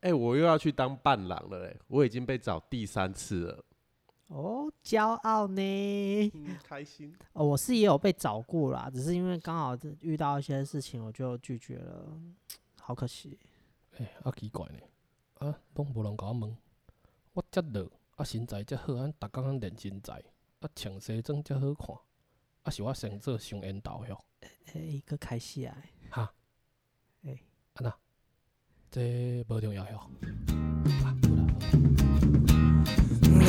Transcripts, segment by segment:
哎、我又要去当伴郎了、欸，我已经被找第三次了，哦，骄傲呢。嗯，开心。哦，我是也有被找过啦，只是因为刚好这遇到一些事情，我就拒绝了，好可惜。哎、啊奇怪呢，啊，拢无人甲我问，我遮弱，啊身材遮好，安逐工安练身材，啊穿西装遮好看，啊是我先做上缘投哟，哎、一个开戏啊！哈，哎、安那，这无重要哟。啊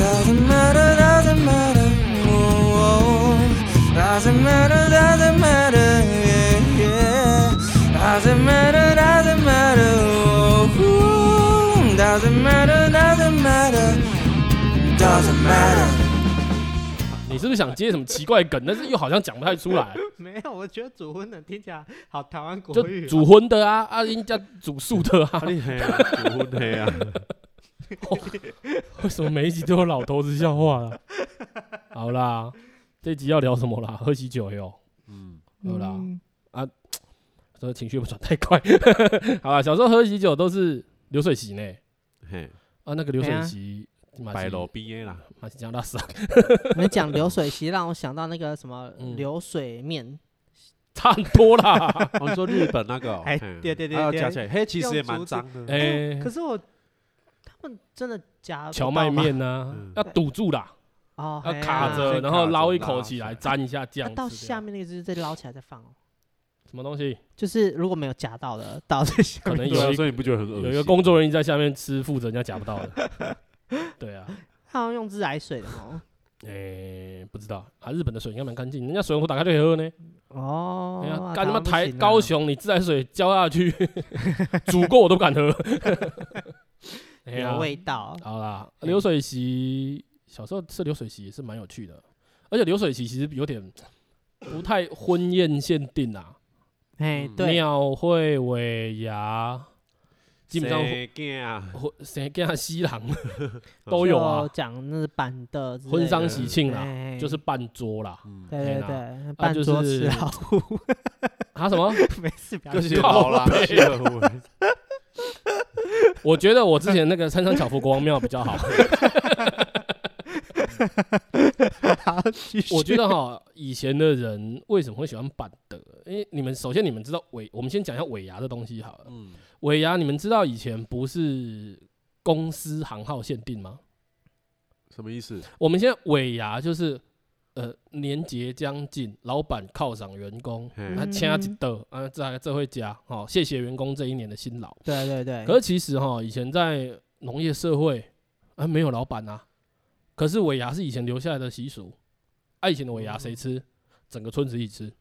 好啦好啦 Doesn't matter, doesn't matter, oh, oh. doesn't matter, doesn't matter, yeah, yeah. Doesn't matter, doesn't matter, oh, oh. doesn't matter, doesn't matter, doesn't matter. 你是不是想接什么奇怪的梗，但是又好像讲不太出来？ 没有，我觉得主婚的听起来好台湾国就语、煮荤的啊，啊人家煮素的啊 啊，，你嘿 啊，主婚嘿啊，为什么每一集都有老头子笑话了？好啦，这集要聊什么啦？喝喜酒哟。嗯，有啦嗯这个情绪不转 太快。好啦，小时候喝喜酒都是流水席呢， 嘿，啊，那个流哎水呀席嘛是白楼毕业啦，嘛是这样拉撒，你们讲流水席，让我想到那个什么嗯流水面，差很多 啦。我、哦、你说日本那个、哦，哎嘿对对对还有对加起来，嘿，其实也蛮用竹子脏的，哎，可是我他们真的夹不荞到麦吗面呐嗯，要堵住啦，哦，要嘿卡啊着，先然后卡着捞一拉口起来，沾一下那酱。到吃掉下面那个就是再捞起来再放哦，什么东西？就是如果没有夹到的，倒在下可面能对有啊，一所以你不觉得很恶心？有一个工作人员在下面吃，负责人家夹不到的。 对啊，他好像用自来水的哦。哎，不知道啊，日本的水应该蛮干净，人家水龙头打开就可以喝呢。哎呀哦，干他嘛妈台高雄，你自来水浇 下去，煮过我都不敢喝。哎呀有，味道，好啦，嗯流水席小时候吃流水席也是蛮有趣的，而且流水席其实有点不太婚宴限定啊，哎嗯，对，庙会尾牙基本上生囝啊，或谁跟他 西郎都就有啊，讲那是板的之类的婚丧喜庆啦，哎就是办桌啦。嗯，对对嘿啦对，啊半就桌是吃老虎，啊什么？没事，不 要就是笑老啦，靠就是老啦我觉得我之前那个三商巧福国王庙比 较好。好继续我觉得哈，以前的人为什么会喜欢板的？因为你们首先你们知道尾，我们先讲一下尾牙的东西好了。 嗯，尾牙，你们知道以前不是公司行号限定吗？什么意思？我们现在尾牙就是，呃，年节将近，老板犒赏员工，嘿他嗯请一道，啊，这还这会加，哦，谢谢员工这一年的辛劳。对对对，可是其实哈，以前在农业社会，啊，没有老板啊，可是尾牙是以前留下来的习俗，啊，以前的尾牙谁吃？整个村子一起吃。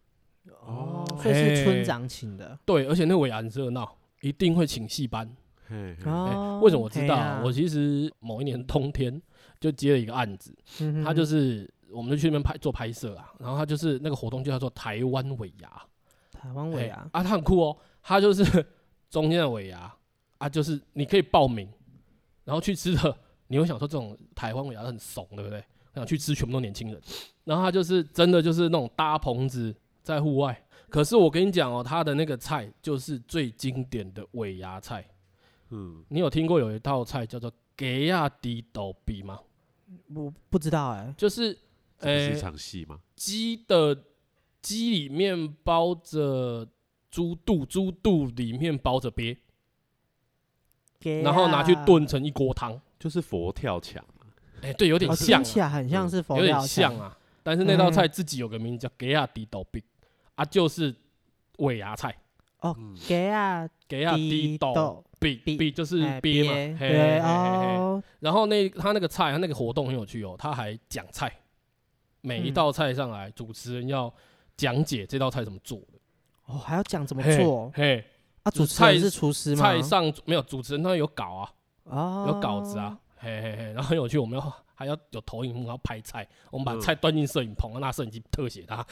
哦，哦所以是嘿村长请的对，而且那尾牙很热闹，一定会请戏班。嘿，嘿哎哦。为什么我知道嘿啊？啊我其实某一年冬天就接了一个案子，嗯哼他就是我们就去那边拍做拍摄啊，然后他就是那个活动就叫做台湾尾牙，台湾尾哎啊，啊，他很酷哦，他就是 中间的尾牙啊，就是你可以报名，然后去吃的，你会想说这种台湾尾牙很怂，对不对？想去吃全部都年轻人，然后他就是真的就是那种搭棚子在户外，可是我跟你讲哦，他的那个菜就是最经典的尾牙菜，嗯，你有听过有一道菜叫做给亚迪豆比吗？我不知道哎，就是这不是哎一场戏吗？鸡的鸡里面包着猪肚，猪肚里面包着鳖，给然后拿去啊炖成一锅汤。就是佛跳墙嘛，哎、对，有点哦像听啊、起来很像是佛有点跳像墙，啊。但是那道嗯菜自己有个名字叫“给亚迪豆饼”，啊，就是尾牙菜。嗯，给啊给亚迪豆豆，饼，比饼就是哎鳖嘛。鳖嘿对。嘿嘿嘿哦，然后那他那个菜，他那个活动很有趣哦，他还讲菜，每一嗯道菜上来，主持人要讲解这道菜怎么做的，哦还要讲怎么嘿做嘿，啊？主就是持人菜是厨师吗？菜上没有主持人，他有稿啊，哦，有稿子啊，嘿嘿嘿，然后很有趣，我们要 还要有投影幕，然后拍菜，我们把嗯菜端进摄影棚，然后拿摄影机特写它，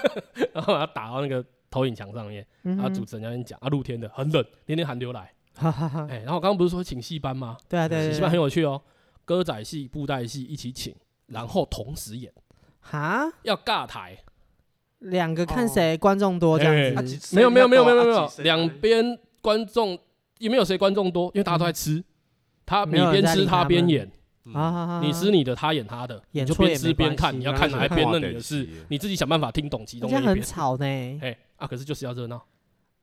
然后把它打到那个投影墙上面，嗯然后哼，主持人在那边讲啊，露天的很冷，天天寒流来，哈哈哈，哎，然后我刚刚不是说请戏班吗？ 对啊嗯对请对戏班对，很有趣哦，歌仔戏、布袋戏一起请，然后同时演，哈，要尬台，两个看哦谁观众多这哎样啊子几，没有没有没有没有没有没啊有几，谁两边观众。也没有谁观众多，因为大家都在吃，他没你有人边在吃理他他边们演，嗯啊啊，你吃你的，他演他的，你演就错边也吃没边关看，系你要没看关哪一系边画那等你的事级，你自己想办法听懂其人中家那一很边。吵呢哎啊，可是就是要热闹，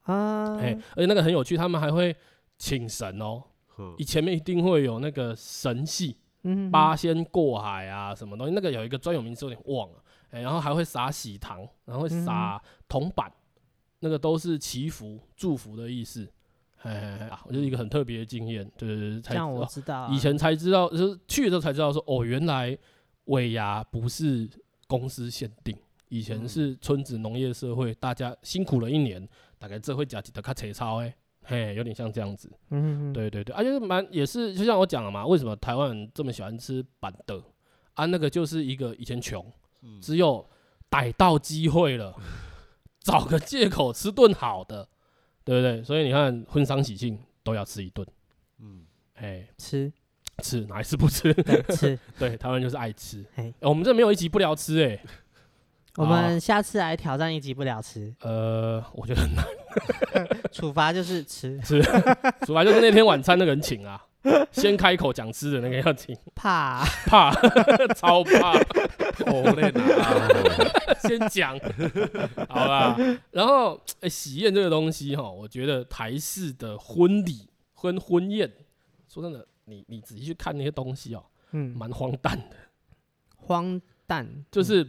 啊，哎，而且那个很有趣，他们还会请神哦，嗯以前面一定会有那个神戏，嗯八仙过海啊，什么东西，那个有一个专有名词，有点忘了。哎、然后还会撒喜糖，然后会嗯撒铜板，那个都是祈福、祝福的意思。哎、啊，我就是一个很特别的经验，对对对，这才哦知样我道。知道啊，以前才知道，就是去的时候才知道说，哦，原来尾牙不是公司限定，以前嗯是村子农业社会，大家辛苦了一年，大概这会讲几的卡切超哎，嘿，有点像这样子。嗯，嗯，对对对，而且蛮也是，就像我讲了嘛，为什么台湾人这么喜欢吃板豆啊？那个就是一个以前穷，嗯只有逮到机会了，嗯找个借口吃顿好的，对不对？所以你看，婚丧喜庆都要吃一顿，嗯，哎，吃吃哪一次不吃？对 吃，对，台湾人就是爱吃。嘿哎我们这没有一集不聊吃哎、哦我们下次来挑战一集不了吃，呃，我觉得很难， 处罚就是吃， 主要就是那天晚餐那个人请啊，先开口讲吃的那个要请，怕怕 超怕。哦嘞呐，先讲，好吧。然后，哎、喜宴这个东西哈，我觉得台式的婚礼婚婚宴，说真的，你你仔细去看那些东西哦，嗯蛮荒诞的，荒诞，嗯就是、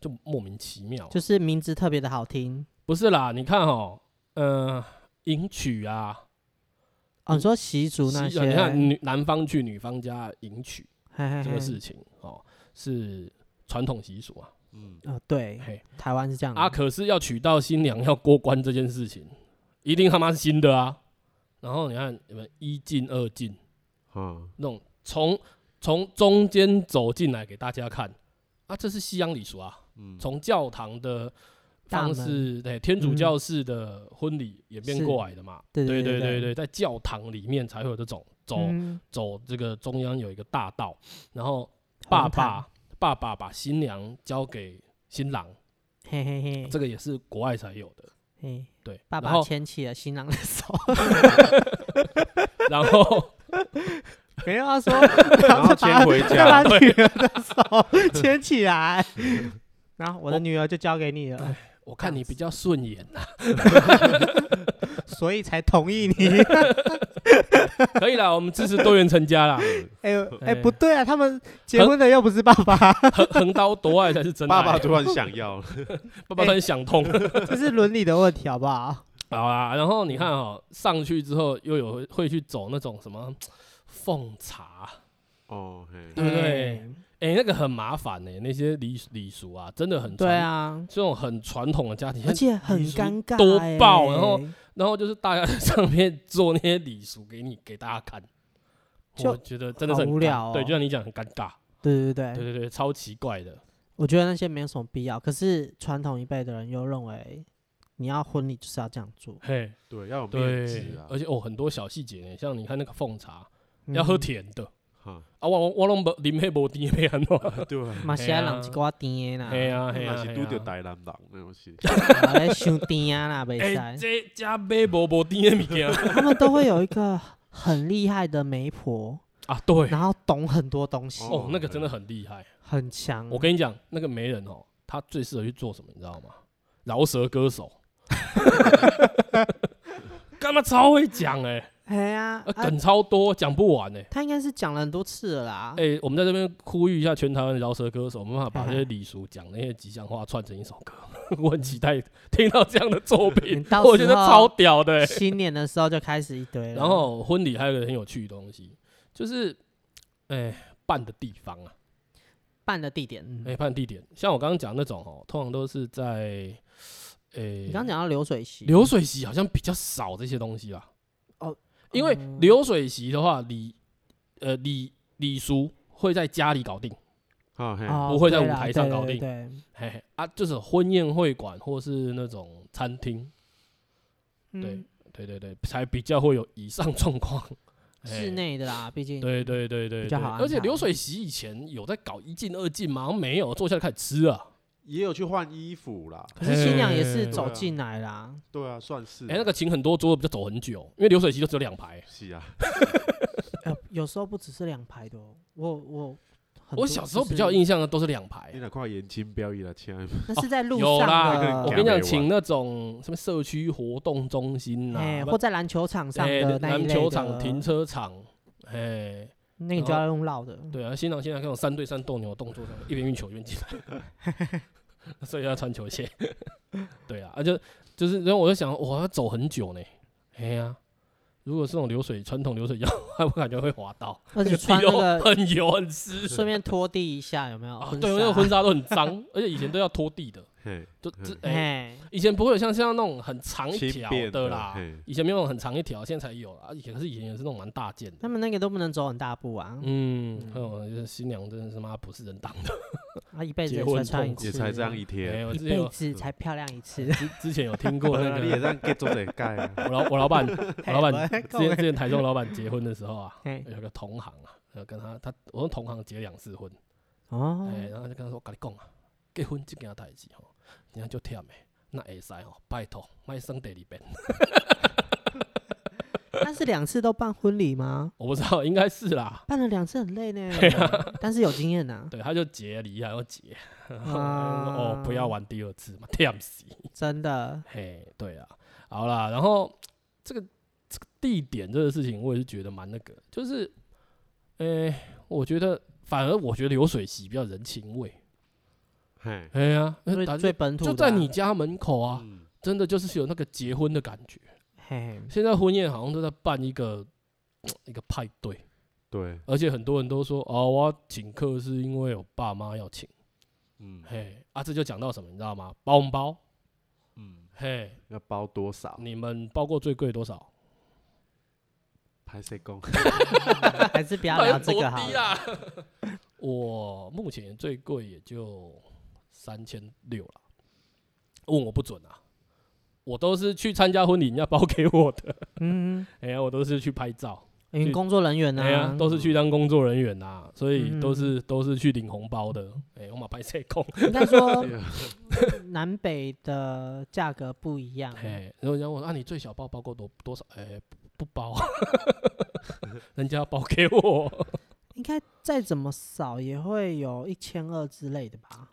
就莫名其妙。就是名字特别的好听不是啦，你看哦，呃，迎娶啊，哦，你说习俗那喜些，嗯啊嗯你看女男方去女方家迎娶嘿嘿这个嘿事情哦，是传统习俗啊。 嗯，呃，对，嘿，台湾是这样的啊，可是要娶到新娘要过关这件事情，一定他妈是新的啊。然后你看你们一进二进嗯，那种从从中间走进来给大家看啊，这是西洋礼俗啊，嗯从教堂的方大嗯式，对天主教式的婚礼演变是过来的嘛。对对对对对对对对，在教堂里面才会有这种走嗯走这个中央有一个大道，然后爸红毯爸爸爸把新娘交给新郎，嘿嘿嘿，这个也是国外才有的。嘿，对，爸然爸后牵起了新郎的 手，然后没有 他说， 然后牵回再把 家，女儿的手牵起来，然后我的女儿就交给你了，我看你比较顺眼啊，所以才同意 你。可以啦，我们支持多元成家啦，哎呦哎，对不对啊，他们结婚的又不是爸爸，横横刀夺爱才是真爱爸啊。爸突然想要， 爸爸突然想通， 这是伦理的问题，好不好？好啦，然后你看哦，上去之后又有会去走那种什么奉茶，哦嘿，对不对哎？哎，那个很麻烦呢，那些礼礼俗啊，真的很对传，啊，这种很传统的家庭而，且很礼俗尴尬，多哎爆然后然后就是大家在上面做那些礼俗给你给大家看，就我觉得真的是好很无尴聊哦哎对，就像你讲很尴尬，对对对对，对对，超奇怪的。我觉得那些没有什么必要。可是传统一辈的人又认为，你要婚礼就是要这样做，嘿，对，要有面对子，啊而，且哦，很多小细节呢，像你看那个奉茶要喝嗯甜的哈，啊，我我我拢无啉迄无甜的 安怎？对，嘛是爱人嘿啊一寡甜的啦，嘿啊嘿那啊是拄嘿着啊！台南人，那种是，啊咧伤甜啊啦，哎，袂使。这家买无无甜的物件 他们都会有一个很厉害的媒 婆，啊，对，然后懂很多东西，哦，那个真的很厉害。很强。我跟你讲，那个媒人哦，他最适合去做什么，你知道吗？饶舌歌手， 干嘛超会讲哎，哎呀啊，啊梗超多，讲不完哎。他应该是讲了很多次了啦。哎，我们在这边呼吁一下全台湾的饶舌歌手，我们办法把哎这些礼俗讲那些吉祥话串成一首歌。 我很期待听到这样的作品你，嗯到 我觉得时候啊超屌的欸。新年的时候就开始一堆了，然后婚礼还有一个很有趣的东西，就是，哎、办的地方啊，办的地点，嗯哎、办地点，像我刚刚讲那种哦，通常都是在，哎、你刚刚讲到流水席，流水席好像比较少这些东西啦。哦，因为嗯流水席的话，礼，呃，礼礼俗会在家里搞定，哈嘿，哦不会在对舞啦台上对搞对定对，对嘿嘿啊，就是婚宴会馆或是那种餐厅，对嗯，对对对，才比较会有以上状况。嘿室内的啦，毕竟哎对对对对比较对好安而且排流水席以前有在搞一进二进吗？好像没有，坐下来开始吃啊。也有去换衣服啦。可是新娘也嘿是走对啊进来啦，对啊，算是。哎、那个请很多桌，比较走很久，因为流水席就只有两排。是啊，哎呃，有时候不只是两排的哦，我我很多我小时候就比较有是印象的都是两排你。哪块言情表演了，亲爱的。那是在路哦有上啦的，我假跟你讲，美请玩那种什么社区活动中心呐、哎，啊，或在篮球场上哎的那一篮类球场、的停，车场，哎，那个就要用 绕的。对啊，新郎新娘那种三对三斗牛的动作，一边运球一边进来， 所以要穿球鞋。对啊，啊就就是，然后我就想，我要走很久呢。哎呀、如果是那种流水传统流水腰，我感觉会滑 倒，而且那个地穿那都个很油很湿。顺便拖地一下，有没有？啊，婚对，纱那个婚纱都很脏， 而且以前都要拖地的，嘿，就 这哎、哎，以前不会有像像那种很长一轻条便啦，嘿以前没有那种很长一条，现在才有啦。啊以前可是以前也是那种蛮大件的。他们那个都不能走很大步啊，嗯，还有就是新娘真的是妈不是人当的，啊，一辈子结也婚才穿痛一苦次，也才这样一哎天。我一之前辈有子才漂亮一次。之之前有听 过那你也这个样给做者盖啊？我老我 老板我 老板哎之前之嘿前台中老板结婚的时候啊，嘿有个同行啊，呃跟他他我跟同行结两次婚，哦，哎，然后就跟他说，我跟你讲啊，结婚这件代志吼，人家就忝的，那会使吼，拜托，卖生第二遍。但是两次都办婚礼吗？我不知道，应该是 啦。办了两次很累呢，但是有经验啊呐，啊对，他就结离，还要结，然后啊我就说哦，不要玩第二次嘛，忝死。真的。嘿，对啊，好啦，然后这个这个地点这个事情，我也是觉得蛮那个，就是，呃、我觉得反而我觉得流水席比较人情味。嘿， 哎呀、因为最大家最本土就的啊在你家门口啊，嗯真的就是有那个结婚的感觉。嘿，现在婚宴好像都在办一个一个派对，对，而且很多人都说哦，我要请客是因为我爸妈要请。嗯嘿，啊，这就讲到什么，你知道吗？包红包，嗯，嘿，要包多少？你们包过最贵多少？拍谁 工？还是不要聊这个好了。啦！ 我目前最贵也就三千六了，问我不准啊，我都是去参加婚礼人家包给我的，嗯，哎呀，我都是去拍照，因为去工作人员呢啊哎呀，，都是去当工作人员呐，所以都嗯是都是去领红包的，哎，我嘛拍谁空， 应该说对啊南北的价格不一样。哎，然后人家问啊，你最小包包过多多少？哎，不不包， 人家包给我。应该再怎么少也会有一千二之类的吧？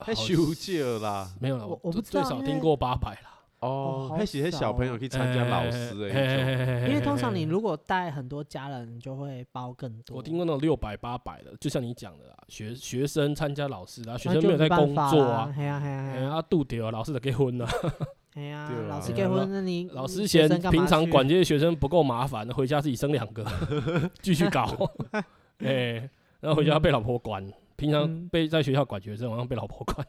还休假啦？没有了，我我最不知道最少因听为过八百啦。哎哦哦，好还是那少小朋友去参加老师的那种，因因为通常你如果带很多家人，你就会包更多。我听过那种六百八百的，就像你讲的啦，学学生参加老师啦，学那生就没有在办工法作啦啊，嘿呀嘿呀哎嘿呀呀，杜丢老师的结婚了，嘿呀对！老啦师哎结呀婚，那你老你师学嫌生干嘛平常去管这些学生不够麻烦，回家自己生两个 继 续搞，哎，然后回家被老婆管，平常嗯被在学校管学生，晚上被老婆管，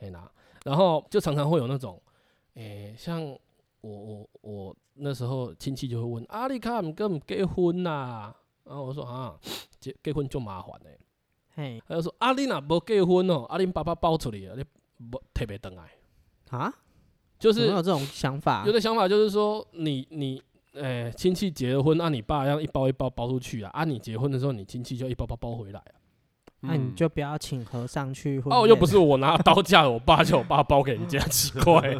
哎那，然后就常常会有那种，哎，像我我我那时候亲戚就会问，啊，你看跟唔结婚呐、然后我说啊，结结婚就麻烦嘞、嘿他就说：“啊，你若无结婚哦，啊，恁爸爸包出去啊，你无特别等来。啊？”就怎是么有这种想法有？的想法就是说，你你诶，亲、戚结了婚，按、啊你爸要一包一包包出去啊，啊，你结婚的时候，你亲戚就一包包包回来啊。那你就不要请和尚去婚宴。啊，我又不是我拿刀架了我爸，叫我爸包给人家，奇怪、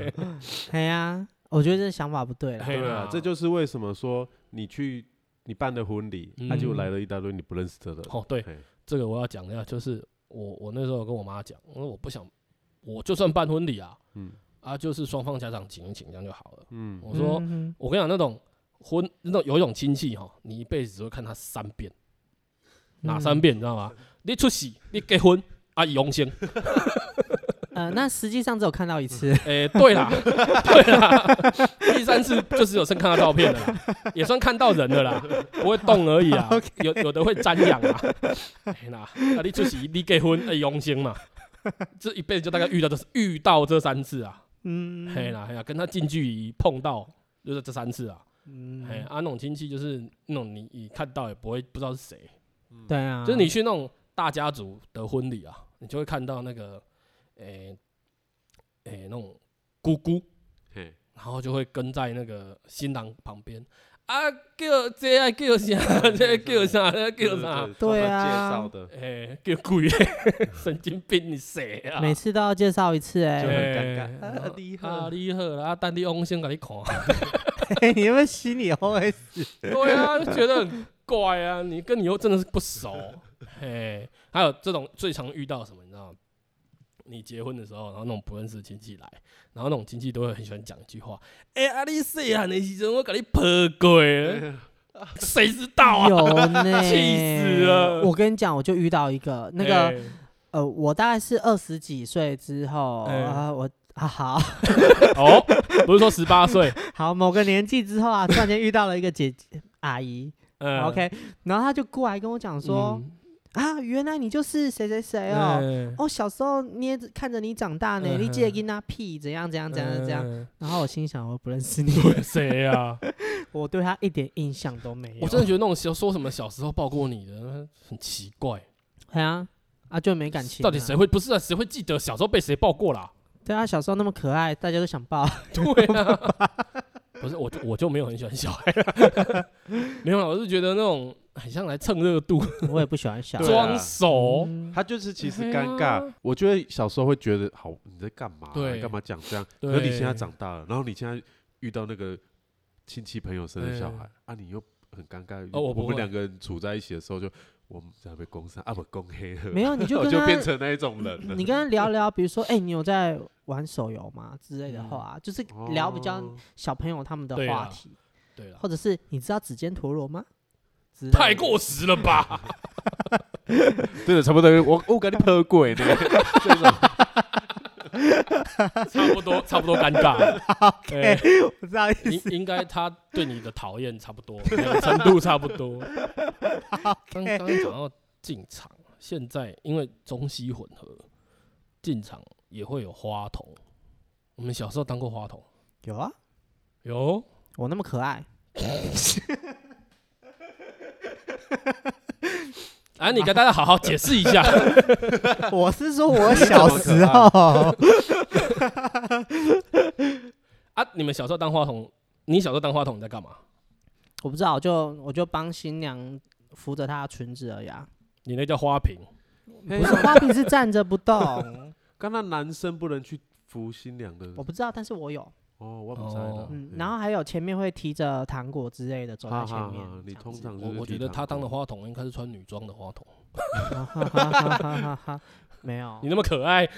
嘿呀，我觉得这想法不对了。嘿对啦啊，这就是为什么说你去你办的婚礼，嗯他就来了一大堆你不认识的人。哦，对，嘿这个我要讲一下，就是我我那时候跟我妈讲，我说我不想，我就算办婚礼啊，嗯啊，就是双方家长请一请，这样就好了。嗯我说，嗯我跟你讲，那种婚那种有一种亲戚哈，你一辈子只会看他三遍，哪嗯三？遍你知道吗？你出席，你结婚，啊，伊红星，嗯呃，那实际上只有看到一次。诶、对啦，对啦，第三次就是有剩看到照片的啦，也算看到人的啦，不会动而已啊， 有有的会瞻仰啊，哎啦，啊，你出席，你结婚，啊，伊红星嘛，这一辈子就大概遇到这遇到这三次啊，嗯，嘿啦嘿啦，跟他近距离碰到就是这三次啊，嗯哎、啊，那种亲戚就是那种你你看到也不会不知道是谁，对啊，嗯就是你去那种大家族的婚礼啊，你就会看到那个，诶、诶、那种姑姑，嘿，然后就会跟在那个新郎旁边。啊，叫这啊叫啥？ 这叫啥？这叫啥？对啊专门介绍的，哎，叫鬼！ 神经病，你谁啊？每次都要介绍一次哎、就很尴欸，尬哎啊你好 啊，你好啦，啊，等你翁先给你看。你有没有心里 OS？ 对啊，就觉得很怪啊，你跟你又真的是不熟， 哎，还有这种最常遇到什么，你知道吗？你结婚的时候，然后那种不认识的亲戚来，然后那种亲戚都会很喜欢讲一句话：“哎、啊，你细汉的时阵，我给你破过了， 谁知道啊？”有呢，气死了哎我跟你讲，我就遇到一个那个、呃，我大概是二十几岁之后啊、哎我 啊好哎哦，不是说十 八岁，好某个年纪之后啊，突然间遇到了一个姐姐阿姨、嗯 o k 然后她就过来跟我讲说、啊，原来你就是谁谁谁哦。嗯哦，小时候捏着看着你长大呢，嗯你姐跟他屁怎样怎样怎样怎样，嗯然后我心想我不认识 你，谁呀？我对他一点印象都没有。我真的觉得那种小说什么小时候抱过你的，很奇怪。对啊啊，就没感情啊。到底谁会不是啊？谁会记得小时候被谁抱 过啦？对啊，小时候那么可爱，大家都想抱。 对啊，不是我就我就没有很喜欢小孩 啦，没有啦，我是觉得那种很像来蹭热度、我也不喜欢小对啊装熟。嗯他就是其实哎呀尴尬。我觉得小时候会觉得，好，你在干嘛啊？对干嘛讲这样？对可你现在长大了，然后你现在遇到那个亲戚朋友生的小孩啊，你又很尴尬。哦我不会们两个人处在一起的时候就，我们在被攻上啊，不攻黑了，没有，你就 我跟就他，变成那一种人了。你跟他聊聊，比如说，哎、你有在玩手游吗之类的嗯话，就是聊比较哦小朋友他们的对话啦题，对了，或者是你知道指尖陀螺吗？之类的太过时 了吧？对的，差不多。我我跟你喝鬼呢， 这种差不多，差不多尴尬了。哎我知道意应应该他对你的讨厌差不多，那个程度差不 多。刚刚刚讲到进场，现在因为中西混合，进场也会有花童。我们小时候当过花童，有啊，有我那么可 爱，啊，你跟大家好好解释一下。 我是说我小时那么候， 啊，你们小时候当花童，你小时候当花童你在干嘛？我不知道，我就我就帮新娘扶着她的裙子而已啊，你那叫花瓶，哎不是花瓶是站着不动，刚刚男生不能去扶新娘的我不知道，但是我有，哦，我不知道哦啦。哦嗯，然后还有前面会提着糖果之类的走在哈前哈面哈，你这样通子常是我不是我觉踢得踏他当的过哦花童应该是穿女装的花童。啊哈哈哈哈哈哈！没有你，那么可爱，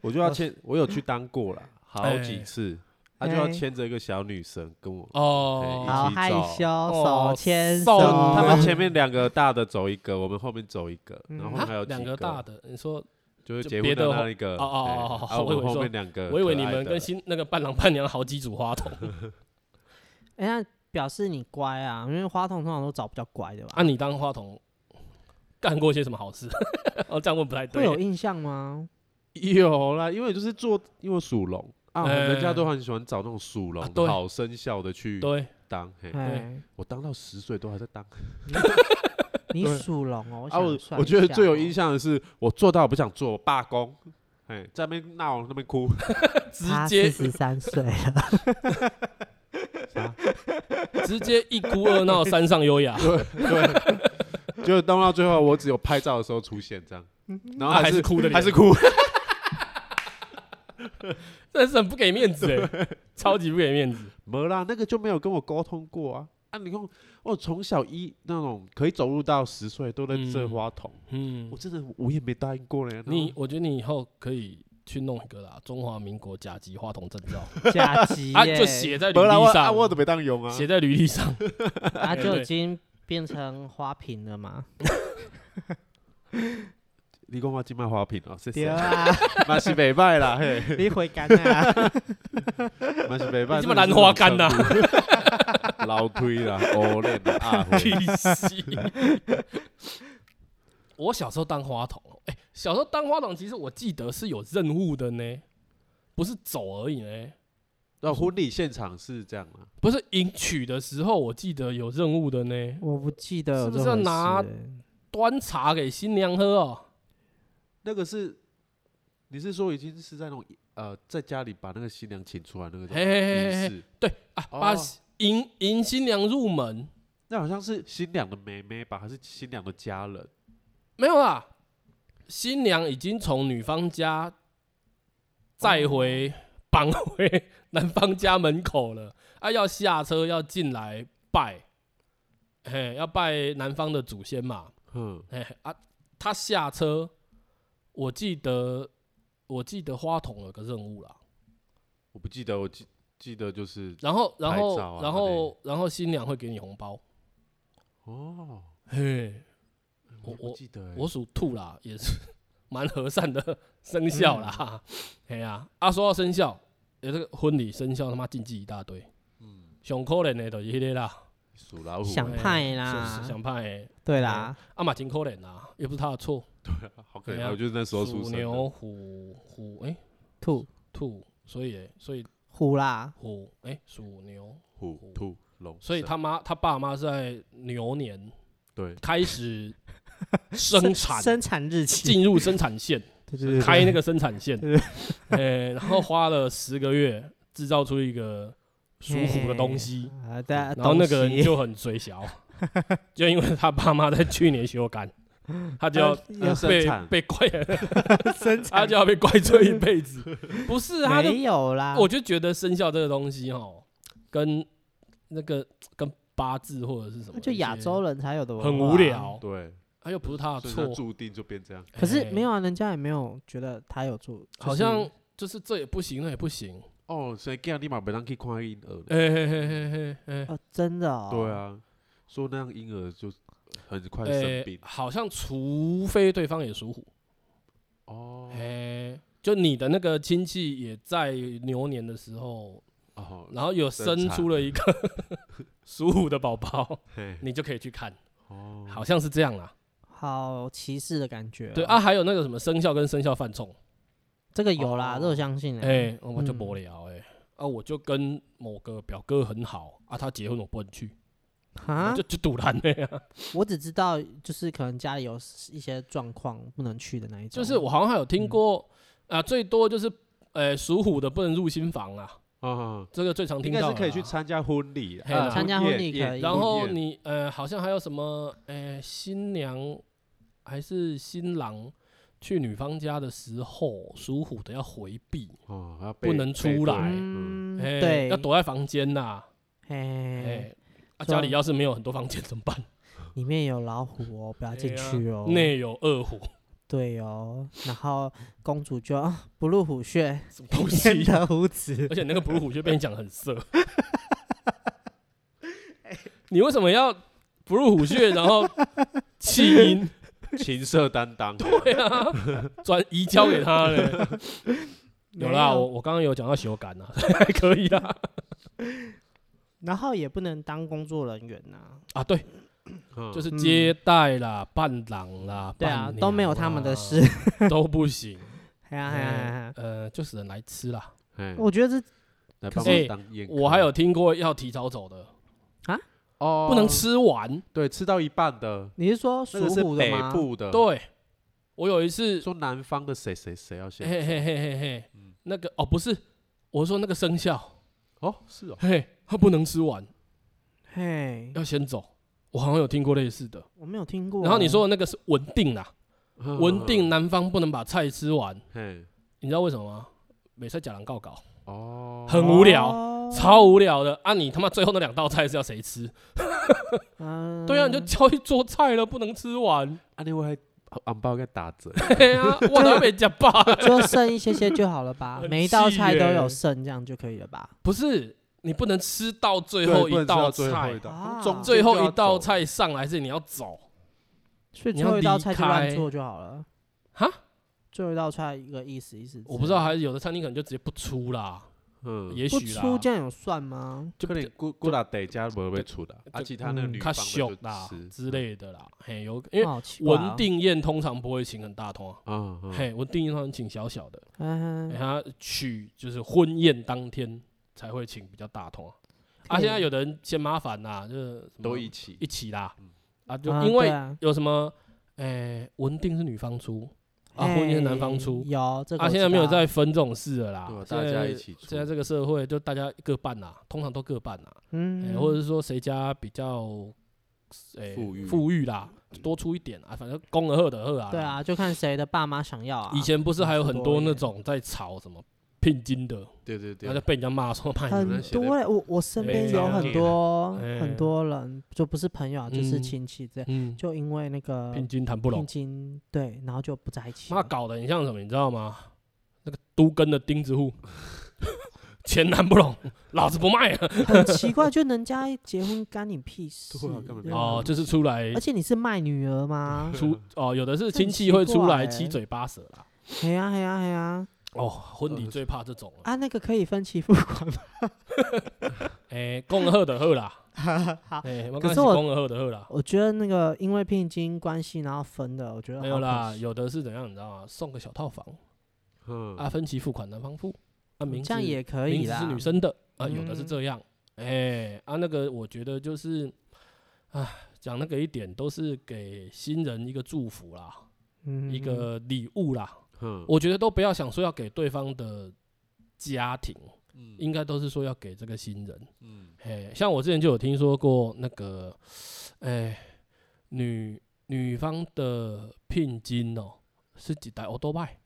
我就要牵，我有去当过啦，好哎几次，他就要哎牵着一个小女生跟我。哦，好一起害走羞，哦手牵送手。他们哦前面两个大的走一个，我们后面走一个，嗯然后后面还啊有两几个大的，你说，就是就结别婚的的那后一个。哦哦哎哦哦啊我哦我以们为后说面两个可爱的，我以为你们跟新那个伴郎伴娘好几 组花童哎，那表示你乖啊，因为花筒通常都找比较乖的吧？啊，你当花童干过些什么好事？ 哦，这样问不太会对。有印象吗？有啦，因为就是做，因为属龙啊，哎人家都很喜欢找那种属龙啊对好生肖的去对，当。嘿，哎，我当到十岁都还在当。你对属龙哦。啊，我想我觉得最有象印。象的是，我做到我不想做，我罢工，哎，在那边闹，那边 哭，直他四接十三岁了，直接一哭二闹三上 优雅，对，就弄到最后，我只有拍照的时候出现这样，嗯然后啊还是是哭的脸还是哭，真的是很不给面子哎，超级不给面子。没啦，那个就没有跟我沟通过啊。啊，你看我从小一那种可以走路到十岁都在这嗯花筒，嗯我，真的我也没答应过嘞。然后你我觉得你以后可以去弄一个啦，中华民国甲级花童证照， 假期啊，就耶写在履没啦，我历啊我上，怎么当用啊？写在履历上，他啊就对已经变成花瓶了嘛？你讲我今卖花瓶哦，谢对谢，啊，嘛是北拜啦，嘿， 你回甘啊？嘛是北拜，你这么兰花干呐呐，老推 啦，哦嘞啦， 啊，屁息。我小时候当花童，哎、小时候当花童，其实我记得是有任务的呢，不是走而已呢，那婚礼现场是这样啊，不是迎娶的时候，我记得有任务的呢，我不记得有是不这是要回拿事欸端茶给新娘喝哦、那个是你是说已经是在那种呃在家里把那个新娘请出来那个叫嘿嘿嘿仪嘿式？对啊，把哦新迎迎新娘入门，那好像是新娘的妹妹吧，还是新娘的家人？没有啦，新娘已经从女方家载回哦绑回 男方家门口了，啊，要下车要进来拜，嘿，要拜男方的祖先嘛，嗯，哎啊，他下车，我记得我记得花童有个任务啦，我不记得，我记记得就是然后然后、拍照啊然后然后新娘会给你红包，哦，嘿，我我不我记得欸，我属兔啦，也是 蛮和善的生肖嗯啦，哎呀、啊，说到生肖，有这个婚礼生肖他妈禁忌一大堆，嗯上可怜的就是迄个啦，属老虎欸，想派想啦，想派的，对啦，啊嘛真可怜啦，也不是他的错，好可对怜，啊我就是那时候出属生牛的，虎虎哎、兔兔，所以所以虎啦，虎哎属牛，虎、兔、龙，所以蛇他妈他爸妈是在牛年对开始生 产，生产日期，进入生产线。对对对，开那个个生产线， 呃，然后花了十个月制造出一个属虎的东西，啊，对啊，嗯然后那个东西人就很嘴小，就因为他爸妈在去年休肝，他 就要他要生呃被产被 怪，生他产就要被怪罪一辈子。不 是，他就没啊有啦，我就觉得生肖这个东西哦，跟那个跟八字或者是什么，就亚洲人才有的文化，啊很无。聊，对，他又不是他的所以他啊错，注定就变这样。可是哎没有啊，人家也没有觉得他有做，就是好像就是这也不行，那也不行。哦，所以这样你嘛不让去看婴儿的，嘿嘿嘿嘿嘿嘿，哦，真的哦，对，啊，说那样婴儿就很快诶，生病好像除非对方也属虎，哦哎、就你的那个亲戚也在牛年的时候，哦，然后有生生产出了一个 属虎的宝宝，嘿你就可以去看，哦，好像是这样啦。好歧视的感觉哦。对啊，还有那个什么生肖跟生肖犯冲，这个有啦，哦这我相信欸哎、我就嗯无聊哎、啊，我就跟某个表哥很好啊，他结婚我不能去，啊就，就堵烂那样。 我只知道就是可能家里有一些状况不能去的那一种，就是我好像还有听过、嗯啊，最多就是呃属虎的不能入新房啊，啊，这个最常应听到该的啦。是可以去参加婚礼，嘿啦啊参加婚礼宴可以宴然后宴你呃，好像还有什么呃，新娘还是新郎去女方家的时候，属虎的要回避，哦，要不背能背出对来嗯，嗯，哎、对，要躲在房间呐、哎、哎，啊，所以家里要是没有很多房间怎么办？里面有老虎哦，不要哎进去哦，内有恶虎，对哦，然后公主就啊不入虎穴，什么东天西？得无子而，且那个哺乳虎穴被你讲很色，你为什么要哺乳虎穴，然后弃婴？情色担当，嗯 对啊，转移交给他嘞。有啦，没有啊我我刚刚有讲到修改啊， 还可以啊啦。然后也不能当工作人员呐，啊，对，嗯就是接待啦、伴郎啦、嗯对啊伴，娘都没有他们的事，啦， 都不行。哎呀哎呀哎呀，呃，就是人来吃啦。嘿我觉得这来可帮是哎我当宴客。我还有听过要提早走的，哦，不能，吃完。对，吃到一半的，你是说那属个是虎的北吗？部的，，对，我有一次，说南方的谁谁谁要先嘿嘿嘿嘿嘿嗯，那个哦，不是，我说那个生肖，哦，是哦，嘿，他不能吃完，嘿，要先走。我好像有听过类似的。我没有听过。哦然后你说的啊那个是稳定啦，嗯稳定，南方不能把菜吃完，嘿，你知道为什么吗？美赛假狼告告，哦，很无聊。哦超无聊的啊！你他妈最后那两道菜是要谁吃？嗯对啊，你就叫一桌菜了，不能吃 完。啊，另外红包该打折，对啊，我都被夹 爆。就剩一些些就好了吧 很，每一道气菜都耶有剩，这样就可以了吧？不是，你不能吃到最对后不能一吃到道最后菜一，道，嗯啊中最后间就一要道走菜上来是你要走所以你最要后一道离菜就乱开做就好了。哈。最后一道菜一个意思意思之类的，我不知道，还是有的餐厅可能就直接不出啦，嗯，也不许啦。出这样有算吗？就可能顾顾拉得家不会出的，啊，就其他那个嗯女他方的小就啦吃嗯啊之，类的啦，嘿，有因为好奇怪哦文，定宴通常不会请很大通啊，嗯嗯，嘿，文定宴通常请小小的，嗯哼欸他娶就是婚宴当天才会请比较大通啊。啊，对现在有的人嫌麻烦啦，就是什么都一起一起啦嗯，啊，就啊因对为啊有什么，诶，文定是女方出，啊，婚姻是男方嘿出，哎有这个啊，我现知在没有道在分这种事了啦对啊，现大家在一起出现在这个社会就大家各半啦，通常都各半啦，嗯哎，或者是说谁家比较，哎，富裕富裕啦，多出一点啊，反正公而贺的贺啊。对，啊，就看谁的爸妈想要啊。以前不是还有很多多一那点种在吵什么聘金的，对对啊然对后就，被人家骂说骂你很们那那些的多欸，我我身哎边有长很辈多哎很多人，就不是朋友啊，就是嗯亲戚这样，嗯，就呃因为那个聘金谈不拢聘，金，对，然后就不在一起妈了。搞得很像什么，你知道吗？那个都根的钉子户， 钱谈不 拢，老子不卖了。很奇怪，就人家结婚干你屁事对啊干嘛？对啊哦，就是出来而且你是卖女儿 吗出哦，有的是这很亲戚奇会出怪来欸七嘴八舌啦。嘿呀嘿呀嘿呀！哦，婚礼呃最怕这种了。啊，那个可以分期付款吗？哎，恭贺的贺啦， 好，哎，我可刚是才我恭贺的贺啦，我觉得那个因为聘金关系然后分的，我觉得没好有可啦，惜有的是怎样，你知道吗？送个小套房，嗯啊，分期付款男方付，啊，名字这样也可名以字啦。是女生的啊，有的是嗯这样，哎，啊，那个我觉得就是，啊，讲那个一点都是给新人一个祝福啦，嗯，一个礼物啦，嗯，我觉得都不要想说要给对方的家庭，嗯应该都是说要给这个新人。嗯哎，像我之前就有听说过那个，哎，女女方的聘金哦是几台欧多拜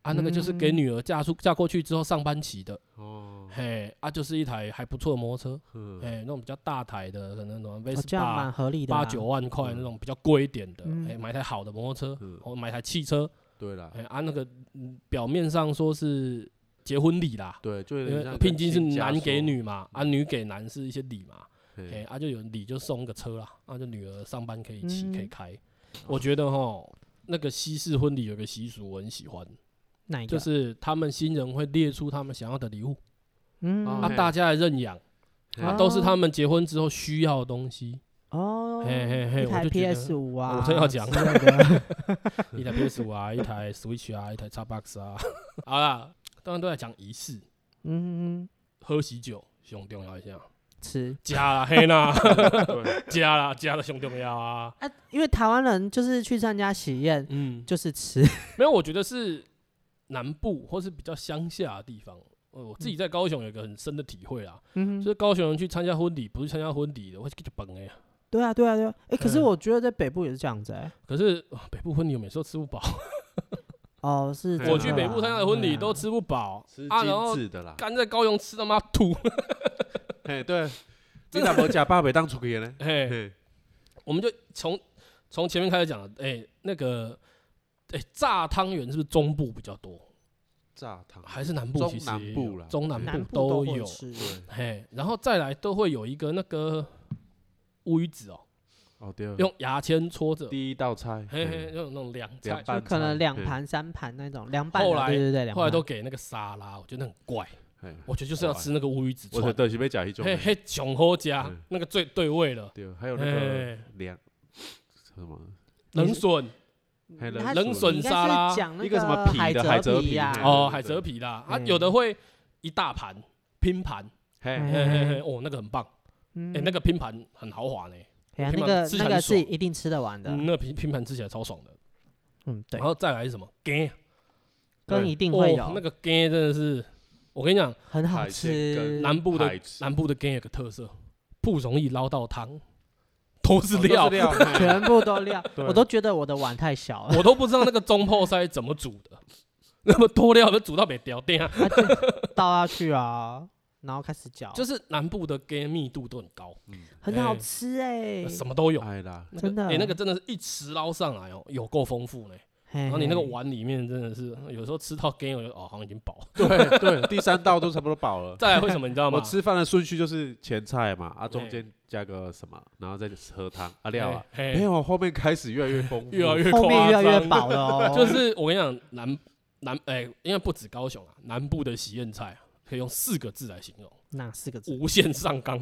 啊，那个就是给嗯女儿嫁出嫁过去之后上班骑的，哦，嘿啊，就是一台还不错的摩托车，嗯哎，那种比较大台的，可能什么哦这样蛮 Vespa 合理的啦。八九万块嗯那种比较贵一点的，嗯哎，买台好的摩托车嗯，或买台汽车，对啦哎，啊那个嗯表面上说是结婚礼啦，对，就有因点为像聘金是男男给，女嘛，嗯啊女给男是一些礼嘛，哎、嘿啊就有礼就送个车啦，啊就女儿上班可以骑、可以嗯开。我觉得哈，那个西式婚礼有个习俗我很喜欢，哪一个？啊就是他们新人会列出他们想要的礼物，嗯啊啊嘿大家来认养，啊嘿都是他们结婚之后需要的东西。哦，嘿嘿嘿，一我台就觉 PS 得五啊，我正要 讲之类的一台 PS 五啊，一台 Switch 啊，一台 Xbox 啊， 好啦，当然都在讲仪式，嗯，喝喜酒，兄重要一下，吃加啦嘿 啦。对加啦，加了兄弟们啊，啊，因为台湾人就是去参加喜宴嗯，就是吃，没有，我觉得是南部或是比较乡下的地方。呃，我自己在高雄有一个很深的体会啊，嗯哼，就是高雄人去参加婚礼，不是参加婚礼的，会去就崩哎呀。对啊对啊对啊，哎，可是嗯我觉得在北部也是这样子哎，可是呃北部婚礼我每次都吃不饱，哦是对啊真的啦，啊我去北部参加的婚礼都吃不饱吃啊，然精后致的啦，干在高雄吃他妈吐，嘿对，你哪无假八百当出去的呢？ 嘿，嘿，我们就从从前面开始讲，哎，那个，哎，炸汤圆是不是中部比较多，炸糖，还是南部？中其实南也部有啦中南对南部都会有，吃对，嘿，然后再来都会有一个那个乌鱼子哦，哦对，用牙签戳着，第一道菜，嘿嘿，嘿用那种凉凉菜，拌菜，就可能两嘿，盘三盘那种，凉拌的。后来对对对，凉后来拌都给那个沙拉，我觉得很怪，嘿我觉得就是要吃那个乌鱼子我串，就是要假一种的嘿，嘿，囧喝加嗯那个最对味了，对，还有那个嘿，凉什么，冷笋还有嗯它嗯冷你笋应该沙拉是讲那一个什么皮海的海蜇皮皮呀嘿，哦，对海对蜇皮啦，啊，嗯有的会一大盘拼盘，嘿嗯嘿嘿嗯嘿，哦，那个很棒，嗯哎，那个拼盘很豪华呢，哎呀拼那盘个吃起那来个很是爽一定吃得完的，嗯，那拼拼盘吃起来超爽的，嗯对然，后再来是什么？干，羹对一定会哦，有那，个干真的是，我跟你讲。很好海鲜吃羹。南部的海吃南部的羹有个特色，不容易捞到汤，都是哦料，都是料，嘿 全部都 料，对我都觉得我的碗太小了。我都不知道那个中泡塞怎么煮的， 那么多料都煮到没掉掉。啊就 倒下去啊，然后开始搅，就是是南部的羹密度都很高，嗯很好吃哎、什么都有。哎啦，那个真的哎那个真的是一池捞上来哦，有够丰富呢。嘿然后你那个嘿碗里面真的是，有时候吃到羹，我就哦，好像已经饱。对对，第三道都差不多饱 了。再来会什么，你知道 吗？我吃饭的顺序就是前菜嘛，啊，中对哎间加个什么，然后再喝汤啊哎料啊，哎没有，后面开始越来越丰富，越来越后面越来夸越张，饱了哦 就是我跟你讲，南南哎，因为不止高雄啊，南部的喜宴菜啊可以用四个字来形容。那四个字，无限上 纲。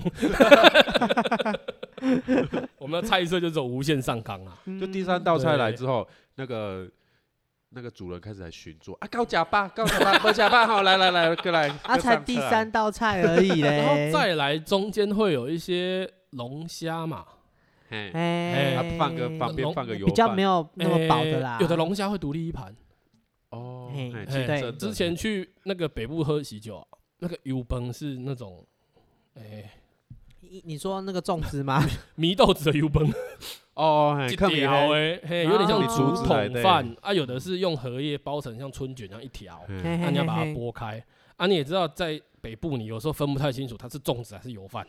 我们的菜色就是无限上纲啊，就嗯第三道菜来对之后，那个那个主人开始来巡桌啊，高假巴，高假巴， 不假巴，好，来来来，过来，啊，各才上第菜来三道菜而已 然后嘞，再来中间会有一些龙虾嘛，嘿，哎、啊放个旁边龙放个油比较饭没有那么饱的诶啦。哎有的龙虾会独立一盘。哦，嘿嘿对嘿真的之前去那个北部喝喜酒啊，那个油崩是那种，诶，你你说那个粽子 吗？米豆子的油崩，哦， 嘿，看你条嘿诶，嘿，有点像哦竹竹子来的筒饭啊，有的是用荷叶包成像春卷那样一条，嘿，嘿哎那嘿你要嘿把它嘿剥开啊。你也知道，在北部你有时候分不太清楚它是粽子还是油饭，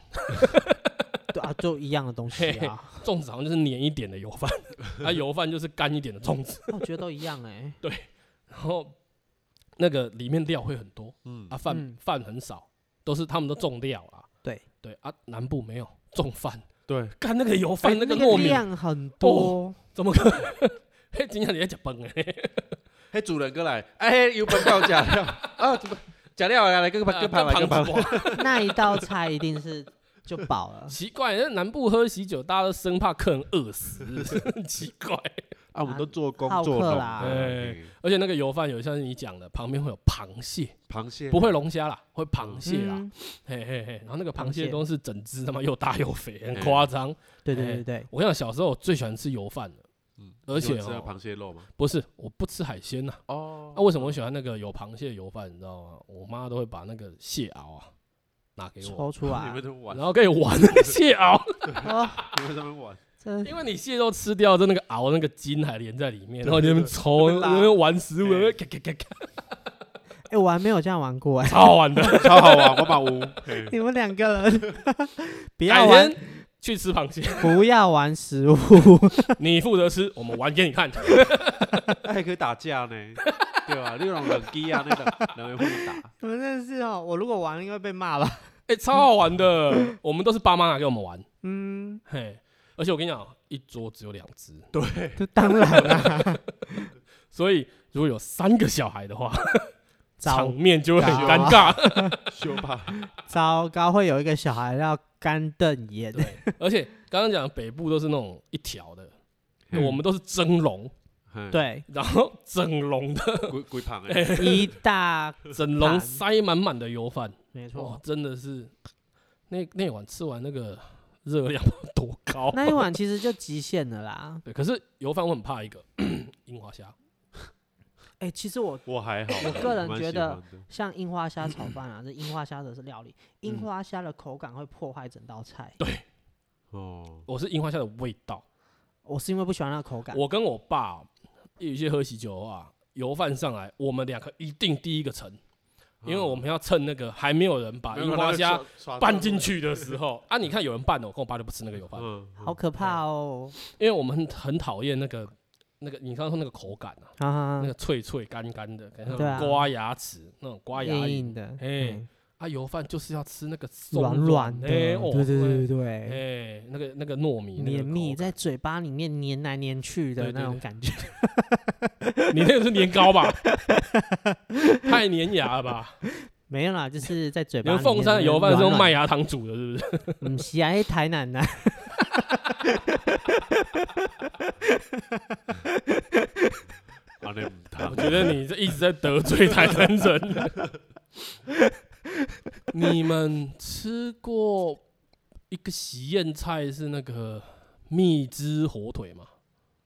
对啊，就一样的东西嘿啊，粽子好像就是黏一点的油饭， 啊，油饭就是干一点的粽子，我觉得都一样哎、然后那个里面料会很多嗯啊，饭嗯饭很少，都是他们都种料啦。对对啊，南部没有种饭，对，干那个油哎饭那那个个糯米哦量很多，怎么可能？ 嘿，今天你在讲崩哎，嘿，主人哥来，哎，嘿油本到假 料啊，怎么假料来来，跟跟跟啊盘来跟胖盘子 来，瓜那一道菜一定是就饱 了。奇怪，那南部啊喝喜酒，大家都生怕客人饿死， 是不是奇怪。啊，我们都做工好做客农啦的，哎嘿而且那个油饭有像是你讲的，旁边会有螃蟹，螃蟹不会龙虾啦，会螃蟹啦，嗯，嘿嘿嘿。然后那个螃螃蟹蟹都是整只，他妈又大又肥，很夸张。对对哎对对，我跟你讲，小时候我最喜欢吃油饭了，嗯而且你有吃到哦螃蟹肉吗？不是我不吃海鲜呐。啊哦那为什么我喜欢那个有螃蟹油饭？你知道吗？我妈都会把那个蟹螯啊拿给我，抽出 你来们，都玩然，后可以玩那个蟹螯。哦，你们在那边玩，真 因为你蟹肉吃掉，就那个熬那个筋还连在里面，然后你在那边抽，对对对那边玩食物，对 那边咔咔咔咔，哎，我还没有这样玩过哎、 超好玩的。超好玩，我把屋，嘿 你们两个 人不要改玩天，去吃螃蟹，不要玩食 物，你负责吃，我们玩给你看。 那哎还可以打架呢， 对吧？那种冷机啊，那种人会互打，你们真的是哦，我如果玩应该被骂吧？哎，超好玩的，我们都是爸妈拿给我们玩，嗯，嘿。而且我跟你讲，一桌只有两只，这当然 啦，所以如果有三个小孩的话，场糟面就会很糟尴尬。 羞吧，糟糕，会有一个小孩要干瞪眼，对，而且刚刚讲北部都是那种一条的，嗯 我们都是蒸笼，嘿对，然后 整笼的鬼鬼胖哎，欸 一大整笼盘塞满满的油饭。没哇错，，真的是那那碗吃完那个热量 多高？那一碗其实就极限了啦。 对，可是油饭我很怕一个 樱花虾，哎，其实我我还好，我个人蛮觉喜得欢的，像樱花虾炒饭啊，这樱花虾的是料理，樱嗯花虾的口感会破坏整道菜。哦，我是樱花虾的味道。我是因为不喜欢那个口感，我跟我爸有一些喝喜酒的话，油饭上来，我们两个一定第一个盛，因为我们要趁那个还没有人把樱花虾拌进去，去的时候啊。你看有人拌的，我跟我爸就不吃那个油饭，嗯，好可哎怕哦！因为我们很很讨厌那个那个你刚刚说那个口感啊，啊那，个脆脆干干的，感觉对啊刮牙齿那种刮牙硬龈。硬的，嘿嗯，啊，油饭就是要吃那个松软软的，哎对哦对对对哎、对，那个那个糯米那个绵密口在嘴巴里面粘来粘去对的对那种对感觉。感，你那个是年糕吧？太粘牙了吧？没有啦，就是在嘴你巴里们面。凤山的油饭是用麦，芽糖煮的，是 不是？不是啊，那台南的， 啊，那唔我烫，觉得你这一直在得罪台南人。 你们吃过一个喜宴菜是那个蜜汁火腿吗？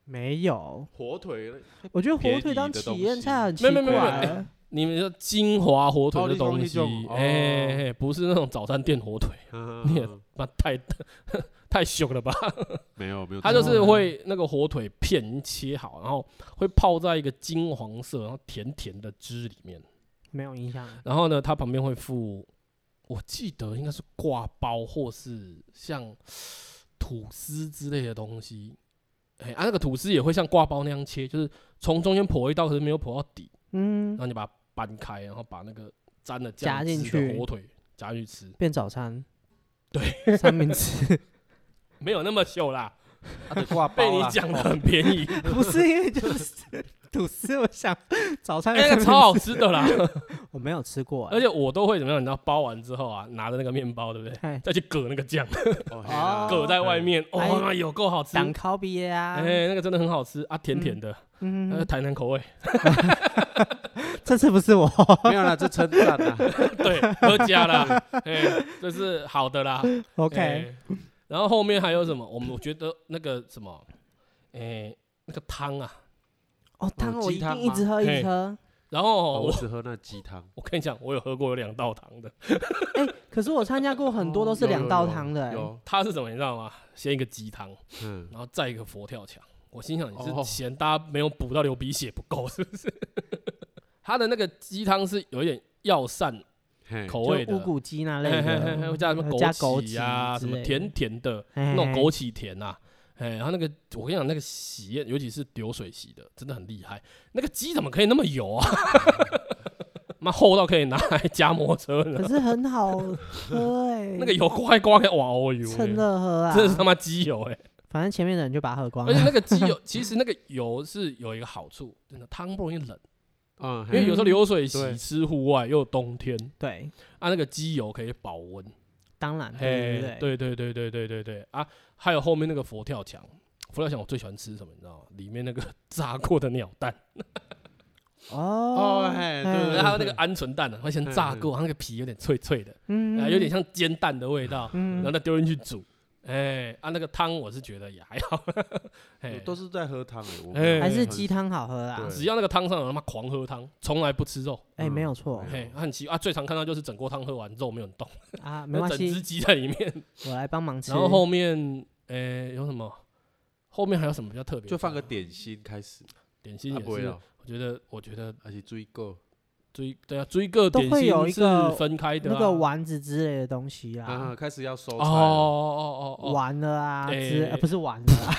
没有。火腿嘞，我觉得火便腿宜当的体东验西菜很奇没怪。有没有没有哎没有你们说金华火腿哦的你说东那西，哎、种哦嘿不是那种早餐店火腿，嗯你也妈太太凶了吧？没有没有，它就然是后呢会那个火腿片已经切好，然后会泡在一个金黄色，然后甜甜的汁里面。没有影响。然后呢，它旁边会附，我记得应该是挂包或是像吐司之类的东西。哎、啊，那个吐司也会像挂包那样切，就是从中间剖一道，可是没有剖到底，嗯然，后你把它掰开，然后把那个沾了夹酱汁进去的火腿夹进去吃，变早餐。对，三明治没有那么秀啦，它的挂 被你讲哦的很便宜， 不是因为就是 吐司，我想早餐哎、的那 三个明超好治吃的啦。我没有吃过欸，而且我都会怎么样？你知道包完之后啊，拿着那个面包，对不对？哎再去搁那个酱，哦，搁在外面，哇、哎有够好吃！挡烤比耶啊，哎、呃那个真的很好吃啊，甜甜的，那是嗯，台南口味， 这次不是我，没有啦，这称赞啊， 对，喝加啦，哎、这是好的啦。 OK，哎然后后面还有什么？我们我觉得那个什么，诶、那个汤啊，哦，汤我鸡一汤定一吗直喝一嘿直喝。然哦后我我只喝那鸡汤，我跟你讲，我有喝过有两道汤的，哎、可是我参加过很哦多都是有两有道有汤的、欸，哦有，它是什么你知道吗？先一个鸡汤，嗯，然后再一个佛跳墙。我心想你哦是嫌大家没有补到流鼻血不够是不是？ 它的那个鸡汤是有一点药膳嘿，口味就的乌，骨鸡那类 嘿嘿嘿嘿的，嗯会加什么加枸杞啊，啊，什么甜甜的，那那种枸杞甜啊，哎，然后那个我跟你讲，那个喜宴，尤其是流水席的，真的很厉害。那个鸡怎么可以那么油啊？ 妈厚到可以拿来 夹摩托车可呢？是很好喝哎、 那个油刮一刮开，哇哦油、趁热喝啊，真的是他妈鸡油哎、反正前面的人就把它喝光而了且。那个鸡油，其实那个油是有一个好处，真的汤不容易冷，嗯，因为有时候流水席对吃户外又冬天，对，啊，那个鸡油可以保温。当然，对嘿对，对，对对对对对对对啊！还有后面那个佛跳墙，佛跳墙我最喜欢吃什么，你知道吗？里面那个炸过的鸟蛋，哦哦嘿嘿对对然对后还有那个鹌鹑蛋呢，会先炸过，那个皮有点脆脆的，嗯啊，有点，像煎蛋的味道，嗯然后再丢进去煮。哎，啊，那个汤我是觉得也还好，哎我，都是在喝汤诶，欸我哎嗯还是很鸡汤好喝啦对，只要那个汤上有他妈狂喝汤，从来不吃肉。哎，没嗯有错没嘿，很奇啊，最常看到就是整锅汤喝完肉没有人动， 啊，没那关整只系，鸡在里面。我来帮忙吃。然后后面，哎，有什么？后面还有什么比较特别的？就放个点心开始，点心啊也不会是了，，我觉得，我觉得而且注意够，追对啊，追个都点会有心一是个分开的啊、那个丸子之类的东西啊，啦，开始要收哦菜了，哦哦哦哦，完了啊，之哎呃不是完 了啊，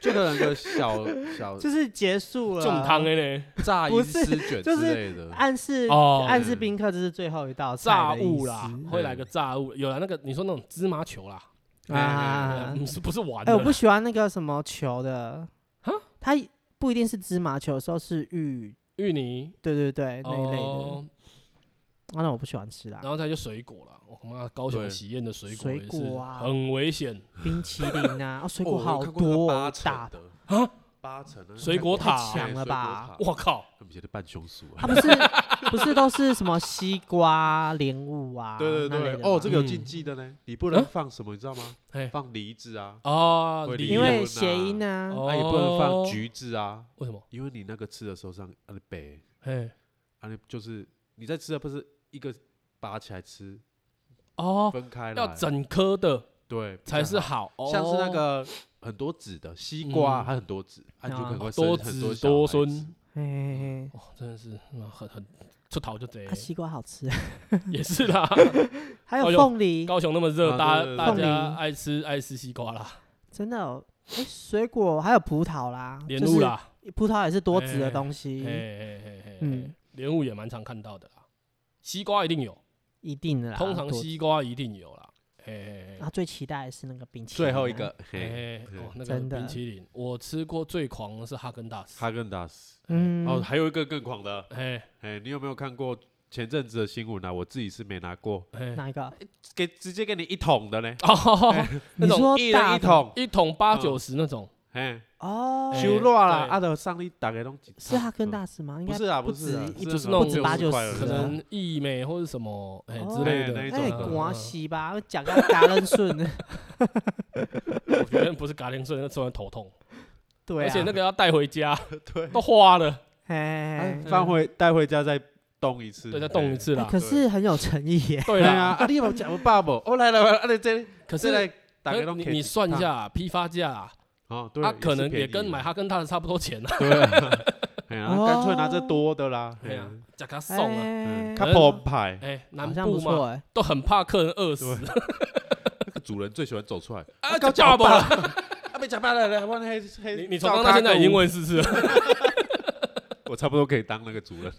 就可能有个 小小就是结束了。这种哦汤哎呢，炸不鱼是丝卷就之是啊类的，暗示哦暗示宾客这是最后一道炸菜的意物啦思，会来个炸物，有了那个你说那种芝麻球啦，啊呃，不是不是丸哎，的我不喜欢那个什么球的哈，它不一定是芝麻球，有时候是芋，芋泥对对对，那一类的，哦啊，那我不喜欢吃啦然，后再就水果啦，我他妈高雄对喜宴的水果水也是果啊很危险，冰淇淋啊，哦，水哦果我有好看过那个多八哦层大，的啊，八层的水果塔太强了哇，吧？我靠，他们觉得半凶鼠啊啊，不是不是都是什么西瓜、莲雾啊，对那类对的对，吗哦，这个有嗯禁忌的呢，你不啊能放什么，你知道吗？哎放梨子啊，啊，会梨梨因有为啊谐音啊，哦那也不能放橘子啊，为什么？因为你那个吃的时候上啊你北哎啊你就是你在吃的不是一个拔起来吃，哦，分开要来整颗的对比才较是好好，哦像是那个很多籽的西瓜啊嗯它很多籽，啊你就可能会生多很多子小多孩孙子。。嘿嘿嘿，哦，真的是嗯很很出头就贼啊，，西瓜好吃，哦也是 啦。还哎有呦凤梨，高雄那么热，啊大对对家大对家凤梨爱吃爱吃西瓜啦，真的有，哎，水果还有葡萄啦，莲就雾是啦，葡萄也哦是嗯多籽哎的东嘿西，嘿嘿嘿嘿嗯，莲雾也蛮常看到的啦。西瓜一定有，一定啊的啦。通常多西瓜一定有啦。嘿嘿啊，最期待的是那个冰淇淋、啊最后一，个嘿，嘿嘿嘿，对哦，那个真的啊冰淇淋，我吃过最狂的是哈根达斯。哈根达斯。嗯，哦，还有一个更狂的，嘿哎，你有没有看过前阵子的新闻啊？我自己是没拿过，嘿，哪一 个？给直接给你一桶的呢，哦，那你种说一大人一的桶， 一桶八嗯九十那种，哎，哦，哎修热啦，对啊，就上你大概拢一是哈根斯，达斯吗？应嗯不该是啊，不是啊，是止就只那那种种60八九块啊的十可那种能益美或者什么哎哦之类哎那的嗯一那种也的瓜西吧，讲个达人顺， 嗯我觉得不是嘎铃 顺，那吃完头痛，对啊，而且那个要带回家，对都花了。哎，哎放回带回家再冻一次，对，再动一次哎啦。可是很有诚意耶，哎。对对啊，啦，啊，你有讲爸不？哦，来来来，啊，你这可这来是大可概是拢你你算一，下批发价，哦，对，它是可能也便宜跟的 买啊哈根达斯差不多钱啊。对啊，哎呀，哦干脆拿这多的啦，哎对呀啊，，加他送啊。哎，他可破牌，哎，好南像不部嘛错哎，都很怕客人饿死对那个主人最喜欢走出来， 啊，搞搞假吧。啊，被假扮了，来，我黑黑，你你从刚到现在已经，问四次了，我差不多可以当那个主人，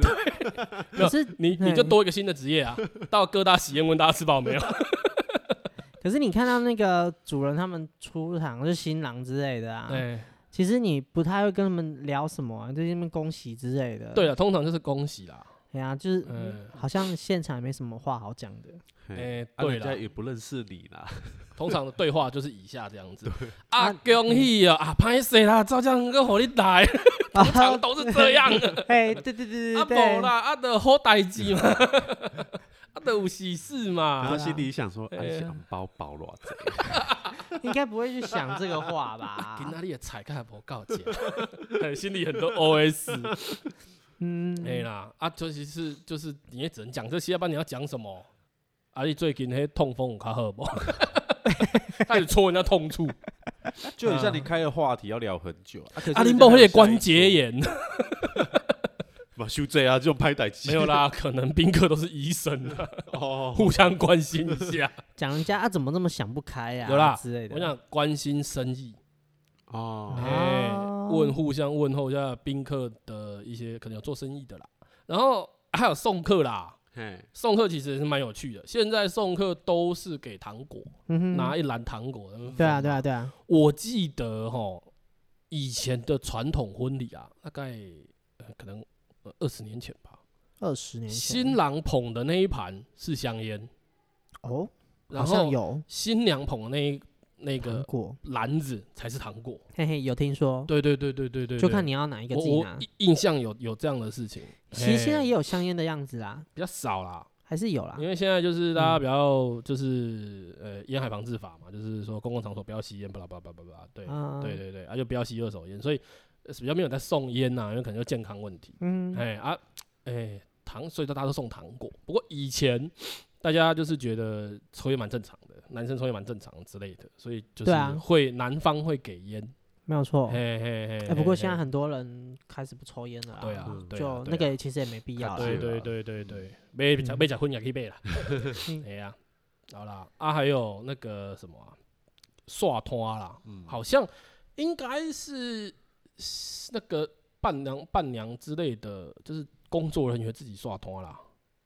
没可有是你你就多一个新的职业啊，到各大喜宴问大家吃饱没有？可是你看到那个主人他们出场，就是新郎之类的啊，哎，其实你不太会跟他们聊什么、啊，就他们恭喜之类的。对了，通常就是恭喜啦。哎呀、就是、嗯好像现场也没什么话好讲的。哎，哎，啊对人家了，也不认识你啦，通常的对话就是以下这样子。啊，恭喜啊，啊，拍谁啦？照这样个火力来，啊，通常都是这样的。 哎，对对对嗯啊，对无对， 啦，啊，就好代志嘛。啊，的有喜事然嘛后。心里想说，对啊安想包包偌济，应该不会去想这个话吧？ 今仔日的菜敢也无够食，哎心里很多 OS。嗯，哎啦，啊，就是是就是，你也只能讲这些，要不然你要讲什么？啊，你最近那痛风有较好不？开始戳人家痛处，就很像你开个话题要聊很久啊。啊，林宝辉的关节也炎嘛修这啊，这种拍歹机没有啦，可能宾客都是医生啊，哦，互相关心一下。讲人家啊，怎么那么想不开呀、有啦之类的。我想关心生意，哦啊，哎、问互相问候一下宾客的一些可能有做生意的啦，然后还有送客啦，嘿，送客其实也是蛮有趣的。现在送客都是给糖果，嗯哼拿一篮糖果。对啊，对啊，对啊，我记得哈，以前的传统婚礼啊，大概、呃、可能二十年前吧，二十年前新郎捧的那一盘是香烟，哦，然好像后有新娘捧的那一那糖个果，哦篮子才是糖果。嘿嘿，有听说，对对对对对对，就看对你要哪一个我自己我拿。印印象有有这样的事情，其实现在哎也有香烟的样子啦，比较少啦，嗯还是有啦因。为现在就是大家比较就是呃烟害防治法嘛，就是说公共场所不要吸烟，巴拉巴拉巴拉巴拉，对啊，对，对对，啊就不要吸二手烟，所以呃比较没有在送烟呐，因为可能有健康问题，嗯，哎啊哎糖，所以大家都送糖果。不过以前大家就是觉得抽烟蛮正常的，男生抽烟蛮正常之类的，所以就对啊是会男方会给烟，没有错。嘿嘿嘿。哎，不过现在嘿很多人开始不抽烟了啦，对啊，对啊就对那啊个其实也没必要看啦起对来。对啦对对对，买食买食薰也可以买啦。哎呀，好啦，啊还有那个什么啊，刷摊啦，嗯好像应该是那个伴娘伴娘之类的，就是工作人员自己刷摊啦。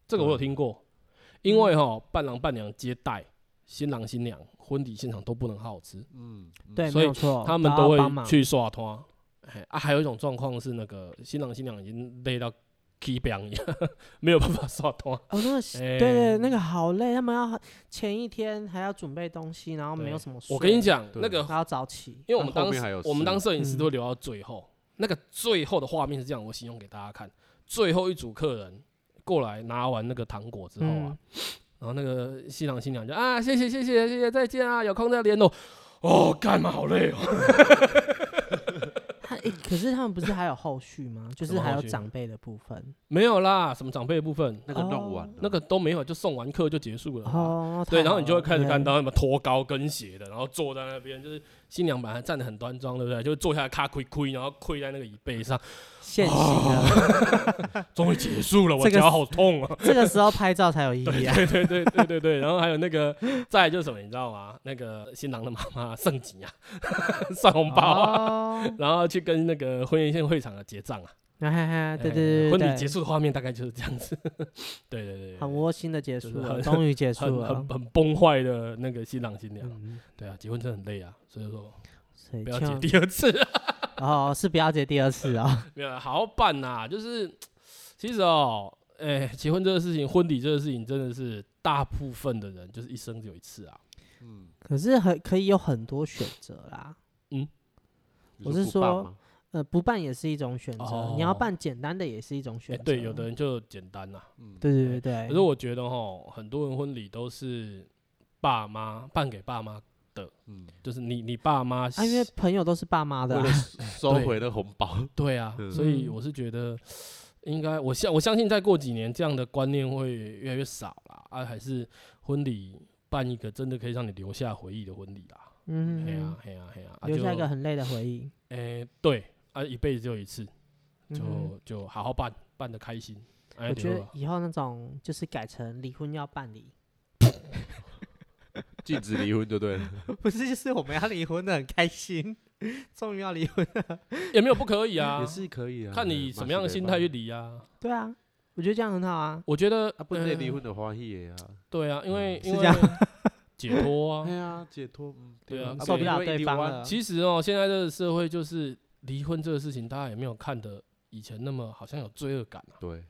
这个我有听过，因为哈伴郎伴娘接待新郎新娘婚礼现场都不能好好吃，嗯，嗯对，所没以有错，他们都都要帮忙会。去刷摊。哎啊，还有一种状况是那个新郎新娘已经累到 K 一样， 没有办法刷摊。哦，那个是对哎对，那个好累，他们要前一天还要准备东西，然后没有对什么睡。啊我跟你讲，对那个还要早起。因为我们那后当面还有时我们当事摄影师嗯都留到最后，那个最后的画面是这样，我形容给大家看：最后一组客人过来拿完那个糖果之后啊嗯，然后那个新郎新娘就啊，谢谢谢谢谢谢，再见啊，有空再联络。哦，干嘛好累哦？他、诶可是他们不是还有后续吗？就什是么还后有续长辈的部分没有啦，什么长辈的部分，那个弄完了那个都没有，就送完客就结束了啊。哦。对，太然后你好就会了开始看对到他们脱高跟鞋的，然后坐在那边，就是新娘本来站得很端庄，对不对？就坐下来，咔亏亏，然后跪在那个椅背上，现行 的，终于结束了，我这个脚是好痛啊！ 这个时候拍照才有意义啊。对对对对对对，然后还有那个，再来就是什么，你知道吗？那个新郎的妈妈盛景啊， 算红包啊， 哦，然后去跟那个婚宴宴会场的结账啊。哈哈，对对哎对，婚礼对结，束的画面大概就是这样子。 对对对，对很窝心的结就是束了，很终于结束很很了。很崩坏的那个新郎新娘。嗯，对啊，结婚真的很累啊，所以说所以不要千结万第二次啊，哦，是不要结第二次啊。 没有啊好好办呐、就是其实哦。哎、结婚这个事情，婚礼这个事情，真的是大部分的人就是一生只有一次啊。嗯，可是很可以有很多选择啦。你我是不办说吗呃，不办也是一种选择，你要哦办简单的也是一种哎、选择。对，有的人就简单呐、嗯，对对对对。可是我觉得哈，很多人婚礼都是爸妈办给爸妈，嗯，就是你你爸妈喜、啊，因为朋友都是爸妈为的啊、了收回那红包，对啊，嗯所以我是觉得应该我相我相信再过几年这样的观念会越来越少啦。啊，还是婚礼办一个真的可以让你留下回忆的婚礼啦。嗯嘿哼哎呀嘿呀嘿呀，啊留下一就个很累的回忆。哎、对啊，一辈子只有一次，嗯就、哼就好好办，办的开心。哎我觉对得吧以后那种就是改成离婚要办理，禁止离婚就对了。 不是就是我们要离婚的很开心，终于要离婚了。也没有不可以啊也，是可以啊，看你什么样的心态去离啊。对啊，我觉得这样很好啊。我觉得啊，不能呃离婚的欢喜的啊。对啊，因为、是因这为样解 脱哎啊。呀，解脱，嗯，对啊啊受不了因为对离方婚了其实哦，现在这个社会就是离婚这个事情，大家也没有看的以前那么好像有罪恶感啊。对，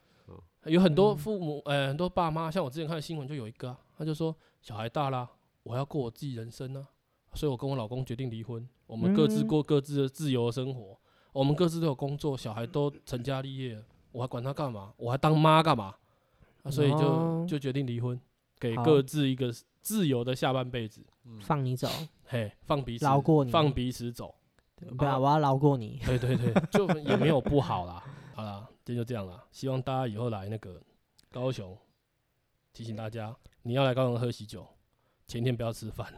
有很多嗯父母，呃，很多爸妈，像我之前看新闻就有一个、啊，他就说小孩大啦，我要过我自己人生啊，所以我跟我老公决定离婚，我们各自嗯过各自的自由的生活，我们各自都有工作，小孩都成家立业了，我还管他干嘛？我还当妈干嘛？啊所以就哦就决定离婚，给好各自一个自由的下半辈子，放你走，嘿，放彼此饶过你放彼此走，对不要，我要饶过你。对对对，就也没有不好啦。好啦，今天就这样啦。希望大家以后来那个高雄，提醒大家，你要来高雄喝喜酒，前天不要吃饭。